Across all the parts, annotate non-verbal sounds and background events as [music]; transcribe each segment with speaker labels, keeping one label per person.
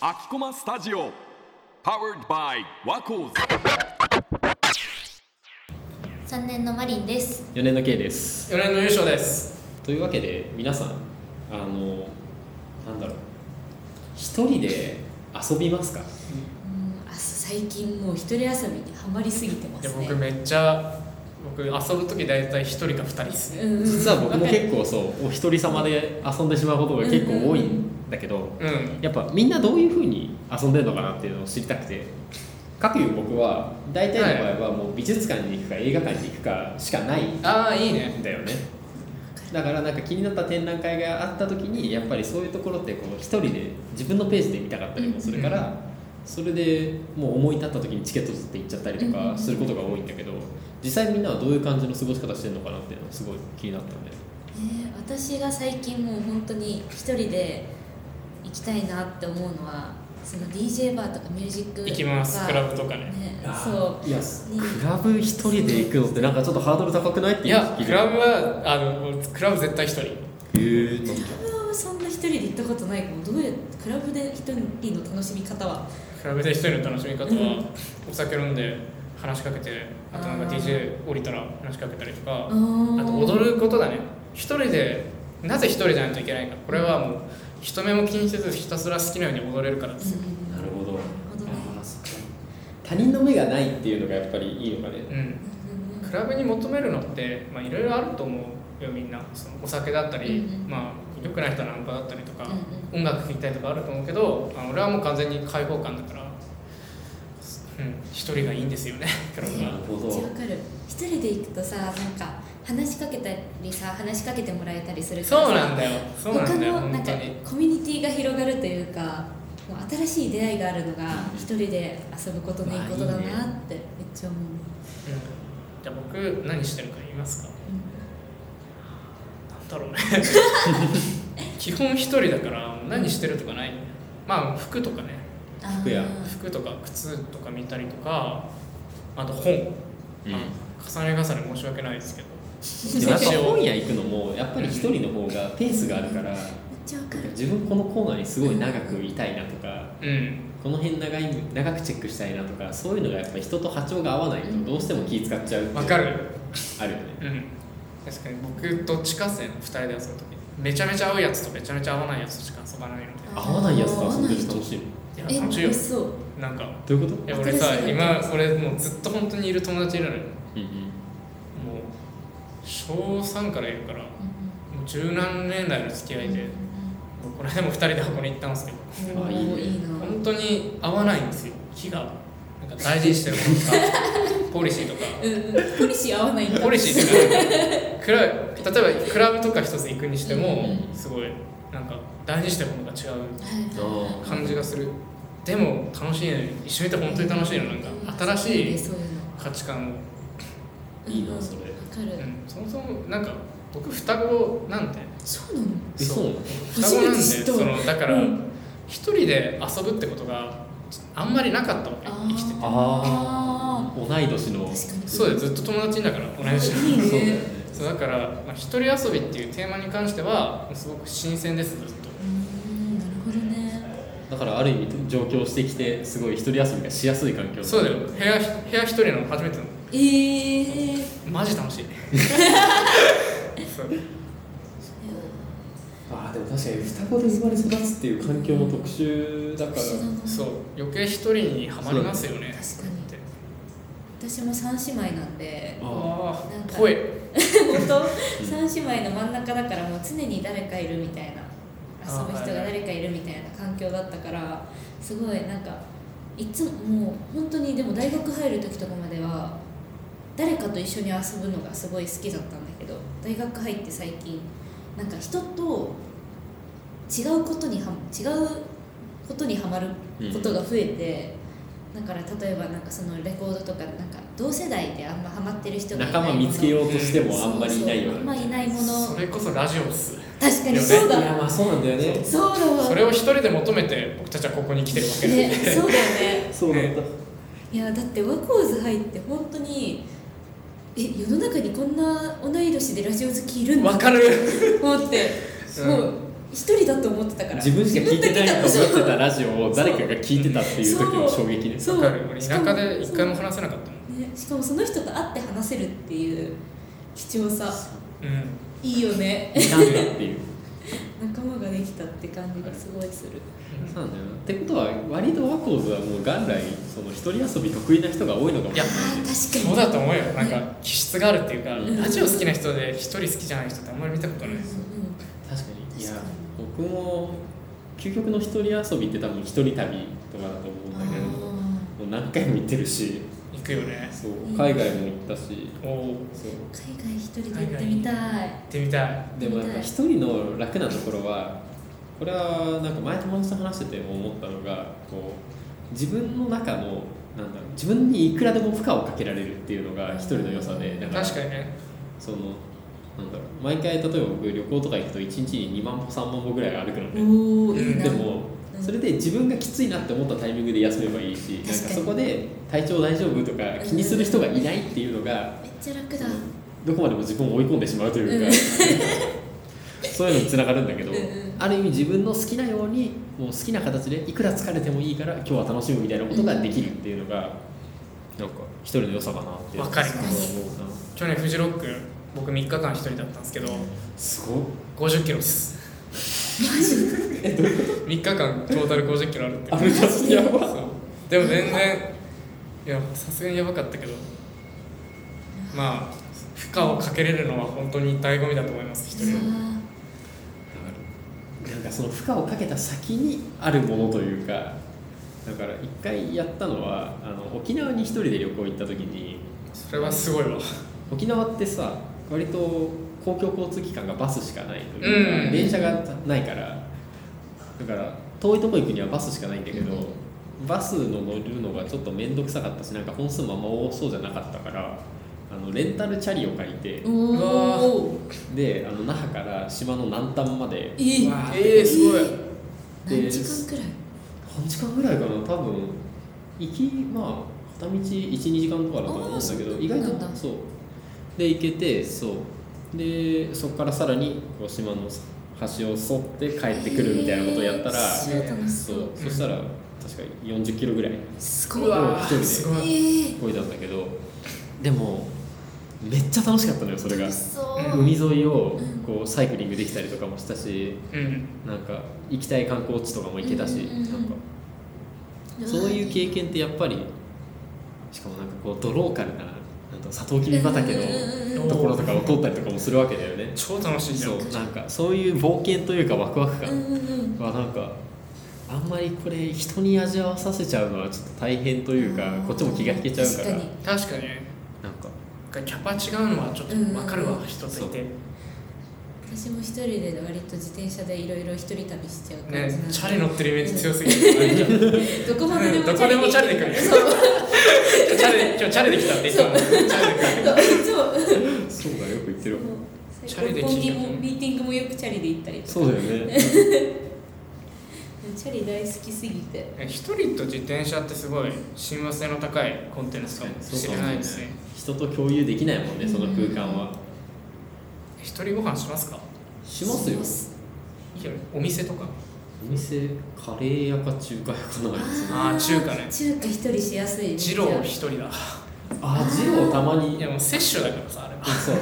Speaker 1: アキコマスタジオ Powered by ワコーズ
Speaker 2: 3年のマリンです
Speaker 3: 4年の K です
Speaker 4: 4年の優勝です
Speaker 3: というわけで皆さんあのなんだろう一人で遊びますか
Speaker 5: うんあ最近もう一人遊びにハマりすぎてま
Speaker 4: いや
Speaker 5: すね
Speaker 4: 僕めっちゃ僕遊ぶ時大体1人か2人ですね
Speaker 5: うん
Speaker 3: 実は僕も
Speaker 5: わかる
Speaker 3: 結構そうお一人様で遊んでしまうことが結構多いんだけど
Speaker 4: うん
Speaker 3: やっぱみんなどういうふうに遊んでるのかなっていうのを知りたくてかくいう僕は大体の場合はもう美術館に行くか映画館に行くかしかない
Speaker 4: ああいいね
Speaker 3: んだよねだからなんか気になった展覧会があった時にやっぱりそういうところってこう一人で自分のペースで見たかったりもするから、それでもう思い立った時にチケット取って行っちゃったりとかすることが多いんだけど実際みんなはどういう感じの過ごし方してるのかなっていうのがすごい気になったんで
Speaker 5: ね私が最近もう本当に一人で行きたいなって思うのはその DJ バーとかミュージックバー
Speaker 4: 行きますクラブとかね
Speaker 5: ねそ
Speaker 3: いや
Speaker 5: ね
Speaker 3: クラブ一人で行くのってなんかちょっとハードル高くないって
Speaker 4: い
Speaker 3: いう
Speaker 4: やクラブはあのクラブ絶対1人
Speaker 3: へえ
Speaker 5: うクラブはそんな一人で行ったことないかもどうやクラブで一人の楽しみ方は
Speaker 4: クラブで1人の楽しみ方
Speaker 5: う
Speaker 4: はお酒飲んで話しかけてあとなんか
Speaker 5: あー
Speaker 4: DJ 降りたら話しかけたりとか
Speaker 5: あ
Speaker 4: あと踊ることだね1人でなぜ1人じゃないといけないかこれはもう人目も気にせずひたすら好きなように踊れるからですよ
Speaker 3: なるほど
Speaker 5: 踊る
Speaker 3: あーそっか他人の目がないっていうのがやっぱりいいのかね
Speaker 4: うんクラブに求めるのってまあいろいろあると思うよみんなそのお酒だったり、
Speaker 5: うんうん
Speaker 4: まあ良くない人はナンパだったりとか、
Speaker 5: う
Speaker 4: 音楽聴いたりとかあると思うけどあの俺はもう完全に開放感だから、うん、一人がいいんで
Speaker 5: [laughs]
Speaker 4: すよねクラブ
Speaker 3: なる
Speaker 4: は。
Speaker 3: ほ
Speaker 5: めっちゃわ
Speaker 3: ど
Speaker 5: かる一人で行くとさなんか話しかけたりさ話しかけてもらえたりするからさ
Speaker 4: そうなんだよそうなんだよ
Speaker 5: 他のな
Speaker 4: 本
Speaker 5: ん
Speaker 4: 当
Speaker 5: か
Speaker 4: に
Speaker 5: コミュニティが広がるというかもう新しい出会いがあるのが一人で遊ぶことのいいことだなって
Speaker 3: まあいい
Speaker 5: めっちゃ思う、
Speaker 4: うんじゃあ僕何してるか言いますかなん
Speaker 5: [laughs]
Speaker 4: だろうね基本一人だから何してるとかないまあ服とかね
Speaker 5: あー
Speaker 3: 服や
Speaker 4: 服とか靴とか見たりとかあと本
Speaker 3: うん
Speaker 4: まあ重ね重ね申し訳ないですけど
Speaker 3: でもやっぱ本屋行くのもやっぱり一人の方がペースがあるか
Speaker 5: め
Speaker 3: ら
Speaker 5: っちゃわかる
Speaker 3: 自分このコーナーにすごい長くいたいなとか
Speaker 4: うん
Speaker 3: この辺長い長くチェックしたいなとかそういうのがやっぱ人と波長が合わないとどうしても気使っちゃうっていうのが
Speaker 4: わかる
Speaker 3: あるよね
Speaker 4: うん確かに僕どっちかっすね2人で遊ぶ時めちゃめちゃ合うやつとめちゃめちゃ合わないやつとしか遊ばないので
Speaker 5: あ
Speaker 3: 合わないやつと遊んでる楽しいの
Speaker 4: い
Speaker 5: え
Speaker 4: や楽しいよ
Speaker 5: 楽しそう
Speaker 4: なんか
Speaker 3: どういうこと
Speaker 4: いや俺さ
Speaker 5: 新しい
Speaker 4: 今俺もうずっと本当にいる友達いるのよも
Speaker 3: うんうん
Speaker 4: う小3からいるからもう十何年来の付き合いでもうこの間も2人で箱に行ったんですけど
Speaker 5: うん
Speaker 3: あいいね
Speaker 5: おーいいな
Speaker 4: 本当に合わないんですよ木がなんか大事にしてるもの
Speaker 5: [laughs]
Speaker 4: とかポリシーとか
Speaker 5: うんうんポリシー合わないんだ
Speaker 4: ポリシーってクラブ例えばクラブとか一つ行くにしても
Speaker 3: うん
Speaker 4: すごいなんか大事にしてるものが違う
Speaker 3: あー
Speaker 4: 感じがするでも楽しいね一緒にいて本当に楽しいのなんか新しい
Speaker 5: そういうの
Speaker 4: 価値観を、
Speaker 3: いいなそれ
Speaker 5: わか
Speaker 4: う
Speaker 5: る
Speaker 4: ん、そもそもなんか僕双子なんで
Speaker 5: そうなの
Speaker 3: えそうなの
Speaker 4: 双子なん
Speaker 5: 初
Speaker 4: で
Speaker 5: めて知った
Speaker 4: そのだから
Speaker 5: うん
Speaker 4: 一人で遊ぶってことがあんまりなかったわけ
Speaker 5: あー
Speaker 4: 生きてて
Speaker 3: ああ同い年の
Speaker 5: 確かに
Speaker 4: そうだよずっと友達いんだから同じ
Speaker 5: いいね
Speaker 3: そうだよね
Speaker 4: そうだから、まあ、一人遊びっていうテーマに関してはすごく新鮮ですずっと
Speaker 5: うーんなるほどね
Speaker 3: だからある意味上京してきてすごい一人遊びがしやすい環境
Speaker 4: そうだよ部屋部屋一人なの初めてなの
Speaker 5: えー、いや
Speaker 4: マジ楽しいそう
Speaker 3: ああでも確かに双子で生まれ育つっていう環境も特殊だから
Speaker 5: 私なの
Speaker 4: そう余計一人にはまりますよね
Speaker 5: そうだね私も三姉妹なんで
Speaker 4: あ
Speaker 5: なん
Speaker 4: あ
Speaker 5: か
Speaker 4: ぽい
Speaker 5: 本当三姉妹の真ん中だからもう常に誰かいるみたいな遊ぶ人が誰かいるみたいな環境だったからすごいなんかいつももう本当にでも大学入る時とかまでは誰かと一緒に遊ぶのがすごい好きだったんだけど大学入って最近なんか人と違うことには違うことにはまることが増えて、だから例えばなんかそのレコードとかなんか同世代であんまハマってる人がいない
Speaker 3: 仲間見つけようとしても
Speaker 5: そう
Speaker 3: あんまりいないよ
Speaker 5: そうあ
Speaker 3: うんな
Speaker 5: まいないもの
Speaker 4: それこそラジオっす
Speaker 5: 確かにそうだ
Speaker 3: いやまあそうなんだよね
Speaker 5: そうだわ
Speaker 4: それを一人で求めて僕たちはここに来てるわけで
Speaker 5: ねそうだよね
Speaker 3: そうなんだっ
Speaker 5: いやだってワコーズ入って本当にえ世の中にこんな同い年でラジオ好きいるんだ
Speaker 4: わかる
Speaker 5: と思って
Speaker 4: うん
Speaker 5: もう一人だと思ってたから
Speaker 3: 自分しか聞いてないと思ってたラジオを
Speaker 5: そう
Speaker 3: 誰かが聞いてたっていう時の衝撃です
Speaker 5: そう
Speaker 4: わかる俺
Speaker 5: しか
Speaker 4: 田
Speaker 5: も
Speaker 4: 舎で一回も話せなかったもん
Speaker 5: ね、しかもその人と会って話せるっていう貴重さ
Speaker 4: うん
Speaker 5: いいよね
Speaker 3: いたんだっていう
Speaker 5: 仲間ができたって感じがすごいする
Speaker 3: そうなんだよなってことは割とワコーズはもう元来その一人遊び得意な人が多いのかもしれない
Speaker 4: い
Speaker 5: あー
Speaker 4: そう
Speaker 5: 確か
Speaker 4: だと思うよなんか気質があるっていうか、
Speaker 3: うん
Speaker 4: ラジオ好きな人で一人好きじゃない人ってあんまり見たことない
Speaker 5: に
Speaker 4: ですよ、
Speaker 3: 確かにいや
Speaker 5: 確か
Speaker 3: 僕も究極の一人遊びって多分一人旅とかだと思うんだけどもう何回も行ってるし
Speaker 4: 行くよね
Speaker 3: そう
Speaker 5: うん
Speaker 3: 海外も行ったし、
Speaker 4: おお行
Speaker 3: そう
Speaker 5: 海外一人で行ってみたい
Speaker 4: ってみたい
Speaker 3: でもなんか一人の楽なところはこれはなんか前友達と話してても思ったのがこう自分の中のなんだろう自分にいくらでも負荷をかけられるっていうのが一人の良さでだから
Speaker 4: 確かにね
Speaker 3: そのなんだろう毎回例えば僕旅行とか行くと1日に2万歩3万歩ぐらい歩くのね
Speaker 5: おお
Speaker 4: うん
Speaker 5: いいな
Speaker 3: でも
Speaker 5: うん
Speaker 3: それで自分がきついなって思ったタイミングで休めばいいしなんか
Speaker 5: 確かに
Speaker 3: そこで体調大丈夫とか気にする人がいないっていうのが
Speaker 5: めっちゃ楽だ
Speaker 3: どこまでも自分を追い込んでしまうというか、 [laughs] そういうのにつながるんだけど、
Speaker 5: うんうん
Speaker 3: ある意味自分の好きなようにもう好きな形でいくら疲れてもいいから今日は楽しむみたいなことができるっていうのが、なんか一人の良さかなって
Speaker 4: わかります
Speaker 3: 思うな
Speaker 4: 去年フジロック僕3日間一人だったんですけど
Speaker 3: すごっ
Speaker 4: 5 0キロです
Speaker 5: マジで
Speaker 4: 3日間トータル5 0キロあるって
Speaker 3: あれだやば
Speaker 4: そうでも全然いやさすがにやばかったけどまあ負荷をかけれるのは本当に醍醐味だと思います一人の
Speaker 5: あ
Speaker 3: なんかその負荷をかけた先にあるものというかだから一回やったのはあの沖縄に一人で旅行行った時に
Speaker 4: それはすごいわ
Speaker 3: 沖縄ってさ割と公共交通機関がバスしかないというか、
Speaker 4: うん
Speaker 3: 電車がないからだから遠いとこ行くにはバスしかないんだけど、バスの乗るのがちょっと面倒くさかったしなんか本数もあんま多そうじゃなかったからあのレンタルチャリを借りて
Speaker 5: ーおお
Speaker 3: であの那覇から島の南端まで
Speaker 5: いい
Speaker 3: わー
Speaker 4: えー、すごい
Speaker 5: 何時間くらい
Speaker 3: 何時間ぐらいかな多分行きまあ片道12時間とかだと思うんだけ
Speaker 5: あ
Speaker 3: ど
Speaker 5: ー
Speaker 3: 意外
Speaker 5: そうなん
Speaker 3: と
Speaker 5: だ
Speaker 3: そうで行けてそうでそこからさらにこう島の橋を沿って帰ってくるみたいなことをやったら、
Speaker 5: えー超楽しそ
Speaker 3: そう
Speaker 5: う
Speaker 3: そしたら確かに40キロぐらい
Speaker 5: す
Speaker 4: う
Speaker 5: ごい
Speaker 4: わ
Speaker 3: 一人
Speaker 4: ー
Speaker 3: です
Speaker 5: え
Speaker 4: ごい
Speaker 5: ー
Speaker 3: こいだんだけどでもめっちゃ楽しかったのよそれが
Speaker 5: 楽しそううん
Speaker 3: 海沿いをこうサイクリングできたりとかもしたし
Speaker 4: うん
Speaker 3: なんか行きたい観光地とかも行けたし
Speaker 5: うんうんうん
Speaker 3: なんかそういう経験ってやっぱりしかもなんかこうドローカルななんかサトウキビ畑
Speaker 5: うんうん
Speaker 4: うんう
Speaker 3: の
Speaker 4: ん
Speaker 3: ところとかを通ったりとかもするわけだよね
Speaker 4: 超楽しいじゃん
Speaker 3: そうなんかそういう冒険というかワクワク
Speaker 5: うん
Speaker 3: 感
Speaker 5: うんうん
Speaker 3: はなんかあんまりこれ人に味わわさせちゃうのはちょっと大変というかこっちも気が引けちゃうから
Speaker 5: 確
Speaker 3: なん
Speaker 5: に
Speaker 4: 確かにね
Speaker 3: か
Speaker 4: キャパ違うのはちょっと分かるわ、
Speaker 5: うん
Speaker 4: 人といて
Speaker 5: 私も一人で割と自転車でいろいろ一人旅しちゃう感じ
Speaker 4: ね
Speaker 5: なんで
Speaker 4: チャリ乗ってるイメージ強すぎて [laughs]
Speaker 5: どこまででも
Speaker 4: どこでもチャリで来る
Speaker 5: そう
Speaker 4: 今日チャリ今日チャリで来たっていつもチャリで来る
Speaker 5: そうい
Speaker 3: そうだよく言ってるわ
Speaker 5: つも
Speaker 4: チャリで
Speaker 5: 六本木
Speaker 4: 聞いた
Speaker 5: も
Speaker 4: の
Speaker 5: ミーティングもよくチャリで行ったりとか
Speaker 3: そうだよね
Speaker 5: チャリ大好きすぎて
Speaker 4: 一人と自転車ってすごい親和性の高いコンテンツかもしれないですね
Speaker 3: 人と共有できないもんねその空間は
Speaker 4: 一人ご飯しますか
Speaker 3: しますよ
Speaker 4: お店とか
Speaker 3: お店カレー屋か中華屋かな
Speaker 4: あー中華ね
Speaker 5: 中華一人しやすい
Speaker 4: 二郎一人だ
Speaker 3: あジローたまに
Speaker 4: いやもう摂取だからさあれは
Speaker 3: そう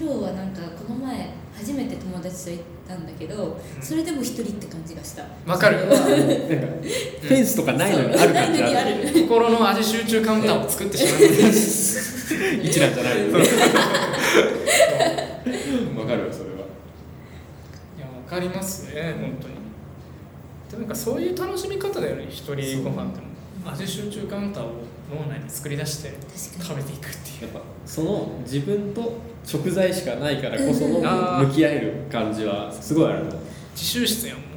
Speaker 5: 二郎はなんかこの前初めて友達と行ったんだけどそれでも一人って感じがした
Speaker 4: [laughs] わかる
Speaker 5: それは
Speaker 3: なんかフェンスとかないのにある感じ
Speaker 5: そう
Speaker 3: が
Speaker 5: な
Speaker 3: あ
Speaker 5: いの
Speaker 3: る
Speaker 5: にある
Speaker 4: 心の味集中カウンターを作ってしまいます
Speaker 3: 一覧じゃないよねわかるわそれはい
Speaker 4: やわかりますね本当にでもなんかそういう楽しみ方だよね一人ご飯っての味集中カウンターを脳内で作り出して
Speaker 5: 確か
Speaker 4: 食べていくって
Speaker 3: や
Speaker 4: いう
Speaker 3: っぱその自分と食材しかないからこその
Speaker 4: あー
Speaker 3: 向き合える感じはすごいあるの
Speaker 4: 自習室やんもう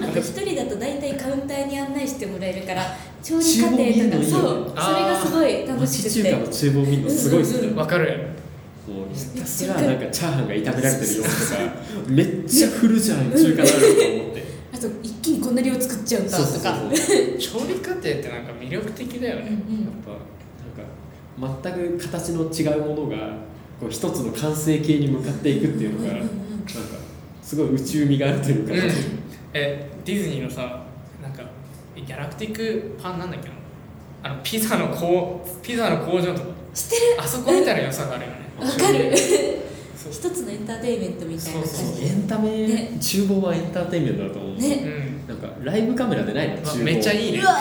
Speaker 5: にあと一人だと大体カウンターに案内してもらえるから調理
Speaker 3: 厨
Speaker 5: 過
Speaker 3: 房
Speaker 5: 程
Speaker 3: 見る
Speaker 5: と
Speaker 3: の
Speaker 5: か
Speaker 3: いいよね
Speaker 5: そうそれがすごい楽し
Speaker 3: 町
Speaker 5: く
Speaker 3: 中華の
Speaker 5: て
Speaker 3: 厨房見るのすごいっ
Speaker 5: うん
Speaker 3: す
Speaker 5: うん
Speaker 3: ね
Speaker 5: うん
Speaker 4: わかるやん
Speaker 3: もうひたすらなんかチャーハンが炒められてるよとかめっちゃフルじゃん中華だなと思って
Speaker 5: あと一気にこんな量作っちゃうんだ
Speaker 3: そう
Speaker 5: と
Speaker 3: そうそう
Speaker 5: か
Speaker 4: [laughs] 調理過程ってなんか魅力的だよ
Speaker 5: うんう
Speaker 3: やっ
Speaker 4: ね、
Speaker 5: ん
Speaker 3: ぱなんか全く形の違うものがこう一つの完成形に向かっていくっていうのが
Speaker 5: うんう
Speaker 3: な
Speaker 5: ん
Speaker 3: んか
Speaker 5: うん
Speaker 3: すすごい宇宙味があるというか、
Speaker 4: うんえディズニーのさなんかギャラクティックパンなんだっけなあのピザのこうピザの工場とか
Speaker 5: 知ってる
Speaker 4: あそこみたいな良さがあるよね
Speaker 5: わかる
Speaker 4: そう
Speaker 5: 一つのエンターテインメントみたいな感
Speaker 4: そう
Speaker 3: そう
Speaker 5: じ
Speaker 3: エンタメ、
Speaker 5: ね
Speaker 3: 厨房はエンターテインメントだと思う、
Speaker 5: ね
Speaker 4: うん
Speaker 3: なんかライブカメラでないの
Speaker 4: まあ
Speaker 3: 厨房
Speaker 4: めっちゃいいね
Speaker 5: うわ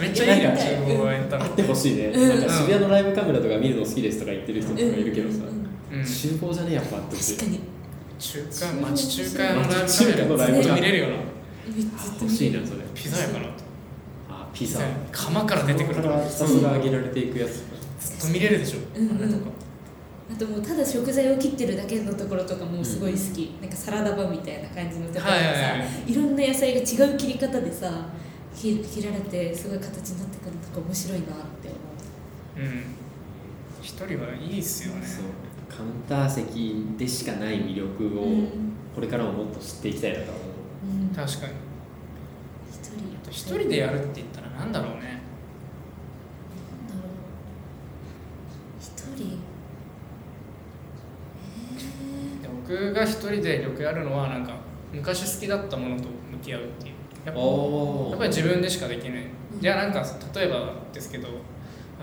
Speaker 4: めっちゃいい
Speaker 3: なん
Speaker 4: ね
Speaker 3: か
Speaker 4: 中国語エンタメ
Speaker 3: あってほしいね、
Speaker 5: うん
Speaker 3: なんか渋谷のライブカメラとか見るの好きですとか言ってる人とかいるけどさ、
Speaker 5: うん
Speaker 4: うん
Speaker 3: 厨房じゃねえやっぱって
Speaker 5: 確かに
Speaker 4: 中華町中華屋のライブ
Speaker 3: 町中華の
Speaker 4: カ
Speaker 3: ラ
Speaker 4: メ
Speaker 3: イブ
Speaker 4: ラずっと見れるよな
Speaker 5: めっち
Speaker 3: あ
Speaker 5: ゃ
Speaker 3: 欲しいなそれ
Speaker 4: ピザやかな
Speaker 3: あピザ
Speaker 4: 釜から出てくる
Speaker 3: か
Speaker 4: と
Speaker 3: ら
Speaker 4: か
Speaker 3: ひたすら揚げられていくやつ
Speaker 4: ずっと見れるでしょ
Speaker 5: うんうん
Speaker 4: あれとか
Speaker 5: あともうただ食材を切ってるだけのところとかもすごい好き、なんかサラダバーみたいな感じのところがさ、
Speaker 4: はい
Speaker 5: い
Speaker 4: はいはい
Speaker 5: ろんな野菜が違う切り方でさ切切られてすごい形になってくるとか面白いなって思
Speaker 4: うん一人はいいっすよね
Speaker 3: そうカウンター席でしかない魅力
Speaker 5: う、う
Speaker 3: を
Speaker 5: ん
Speaker 3: これからももっと知っていきたいなとは思う、
Speaker 5: うん、一
Speaker 4: 確かに
Speaker 5: 人
Speaker 4: 一人でやるって言ったらなんだろうね
Speaker 5: なんだろう一人
Speaker 4: で僕が一人でよくやるのはなんか昔好きだったものと向き合うっていうやっぱ
Speaker 3: おー
Speaker 4: やっぱり自分でしかできないじゃあなんか例えばですけど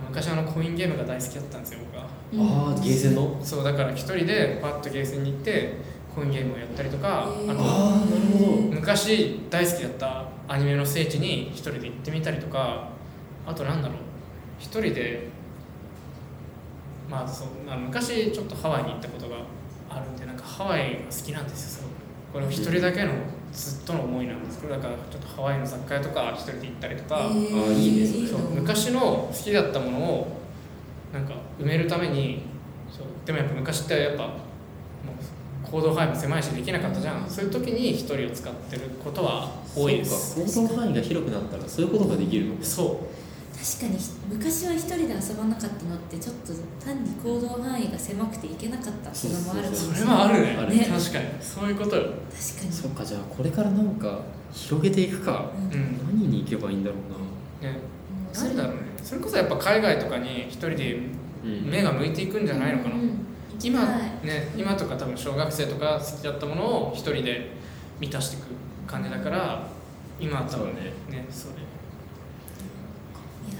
Speaker 4: 昔あのコインゲームが大好きだったんですよ僕は
Speaker 3: ああゲーセンの
Speaker 4: そうだから一人でパッとゲーセンに行ってコインゲームをやったりとか
Speaker 5: へー
Speaker 4: あと
Speaker 3: あーなるほど
Speaker 4: 昔大好きだったアニメの聖地に一人で行ってみたりとかあとなんだろう一人でまあそうまあ昔ちょっとハワイに行ったことがあるんでなんかハワイが好きなんですよすごくこれ一人だけのずっとの思いなんですけどだからちょっとハワイの雑貨屋とか一人で行ったりとか、
Speaker 5: ー
Speaker 3: あいいねそれ
Speaker 4: そう昔の好きだったものをなんか埋めるためにそうでもやっぱ昔ってやっぱもう行動範囲も狭いしできなかったじゃんそういう時に一人を使ってることは多いです
Speaker 3: そうか行動範囲が広くなったらそういうことができるのか
Speaker 4: そう
Speaker 5: 確かにひ昔は一人で遊ばなかったのってちょっと単に行動範囲が狭くていけなかったっていうのもあるかもし
Speaker 4: そ
Speaker 5: れない
Speaker 4: れはあるね
Speaker 3: あ
Speaker 5: るね
Speaker 4: 確かにそういうことよ
Speaker 5: 確かに
Speaker 3: そっかじゃあこれからなんか広げていくか
Speaker 5: うん
Speaker 4: うん
Speaker 3: 何に行けばいいんだろ
Speaker 4: ね
Speaker 5: うん
Speaker 4: なんだろうねそれこそやっぱ海外とかに一人で
Speaker 3: うな、
Speaker 4: 目が向いていくんじゃないのかな
Speaker 5: うんうん
Speaker 4: 今
Speaker 5: はい
Speaker 4: ね今とか多分小学生とか好きだったものを一人で満たしていく感じだから今は多分ねねそれ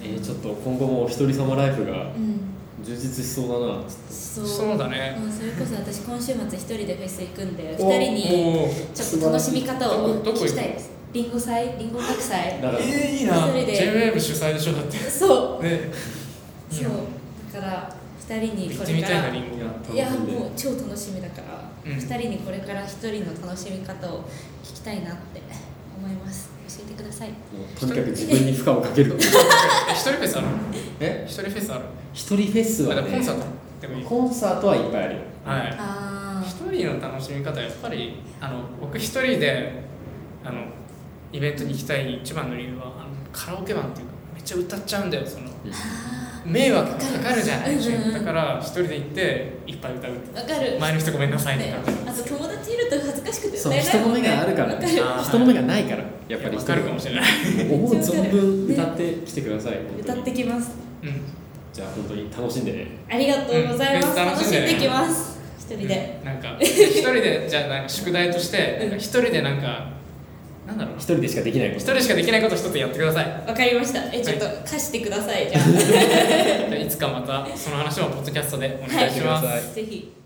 Speaker 3: えー、ちょっと今後もお一人様ライフが
Speaker 5: うん
Speaker 3: 充実しそうだなち
Speaker 5: そう
Speaker 4: そうだね
Speaker 5: もうそれこそ私今週末一人でフェス行くんで二
Speaker 3: お
Speaker 5: 人に
Speaker 4: おお
Speaker 5: ちょっと楽しみ方を
Speaker 4: どこどこ行く
Speaker 5: 聞きたいですリンゴ祭リンゴ学
Speaker 3: ょっ
Speaker 5: 祭
Speaker 3: とだから
Speaker 4: えー、いい
Speaker 5: な
Speaker 4: な
Speaker 5: それで
Speaker 4: JWAVE 主催でしょだってね
Speaker 5: そう
Speaker 4: いい
Speaker 5: そうだ
Speaker 4: な
Speaker 5: から二人に
Speaker 4: 行
Speaker 5: こ
Speaker 4: って
Speaker 5: れ
Speaker 4: み
Speaker 5: か
Speaker 4: たい
Speaker 5: ら
Speaker 4: なリンゴ
Speaker 5: いやもう超楽しみだから、
Speaker 4: うん
Speaker 5: 二人にこれから一人の楽しみ方を聞きたいなって思います教えてください
Speaker 3: もうとにかく自分に負荷をかける
Speaker 4: え一人フェスある
Speaker 3: え
Speaker 4: 一人フェスある
Speaker 3: 一人フェス
Speaker 4: あ
Speaker 3: は、
Speaker 4: でもコン
Speaker 3: ね
Speaker 4: サートでもいい
Speaker 3: コンサートはいっぱいあるよ
Speaker 4: はい
Speaker 5: あ
Speaker 4: 一人の楽しみ方はやっぱりあの僕一人であのイベントに行きたい一番の理由はあのカラオケ版っていうかめっちゃ歌っちゃうんだよその
Speaker 5: あ
Speaker 4: 迷惑かかるじゃない
Speaker 5: うんうんうん
Speaker 4: だから一人で行っていっぱい歌うって
Speaker 5: わかる
Speaker 4: 前の人ごめんなさいと
Speaker 5: ね
Speaker 4: か、
Speaker 5: あと友達いると恥ずかしくて
Speaker 3: そう
Speaker 5: 歌えな
Speaker 3: 人
Speaker 5: い
Speaker 3: の
Speaker 5: も
Speaker 3: 目
Speaker 5: んね
Speaker 3: があるから
Speaker 5: わかる
Speaker 4: あー
Speaker 3: 人の目がないからやっぱ
Speaker 4: いや
Speaker 3: り
Speaker 4: わかるかもしれない
Speaker 3: 思う存分歌ってきてください、本当
Speaker 5: 歌
Speaker 3: に
Speaker 5: ってきます
Speaker 4: うん
Speaker 3: じゃあ本当に楽しんでね
Speaker 5: ありがとうございます、
Speaker 4: うん
Speaker 5: 楽
Speaker 4: 楽
Speaker 5: し
Speaker 4: し
Speaker 5: ん
Speaker 4: んでね
Speaker 5: できます一人で、
Speaker 4: なんか一人でじゃあなんか宿題としてなんか一人でなんかなんだろうな
Speaker 3: 一人でしかできないこ
Speaker 4: 一
Speaker 3: と
Speaker 4: 人しかできないこと一つやってください
Speaker 5: わかりましたえちょっと
Speaker 4: は
Speaker 5: 貸してくださいじゃ
Speaker 4: [laughs] でいつかまたその話もポッドキャストでお
Speaker 5: あ
Speaker 4: 願いします、
Speaker 5: はいぜひ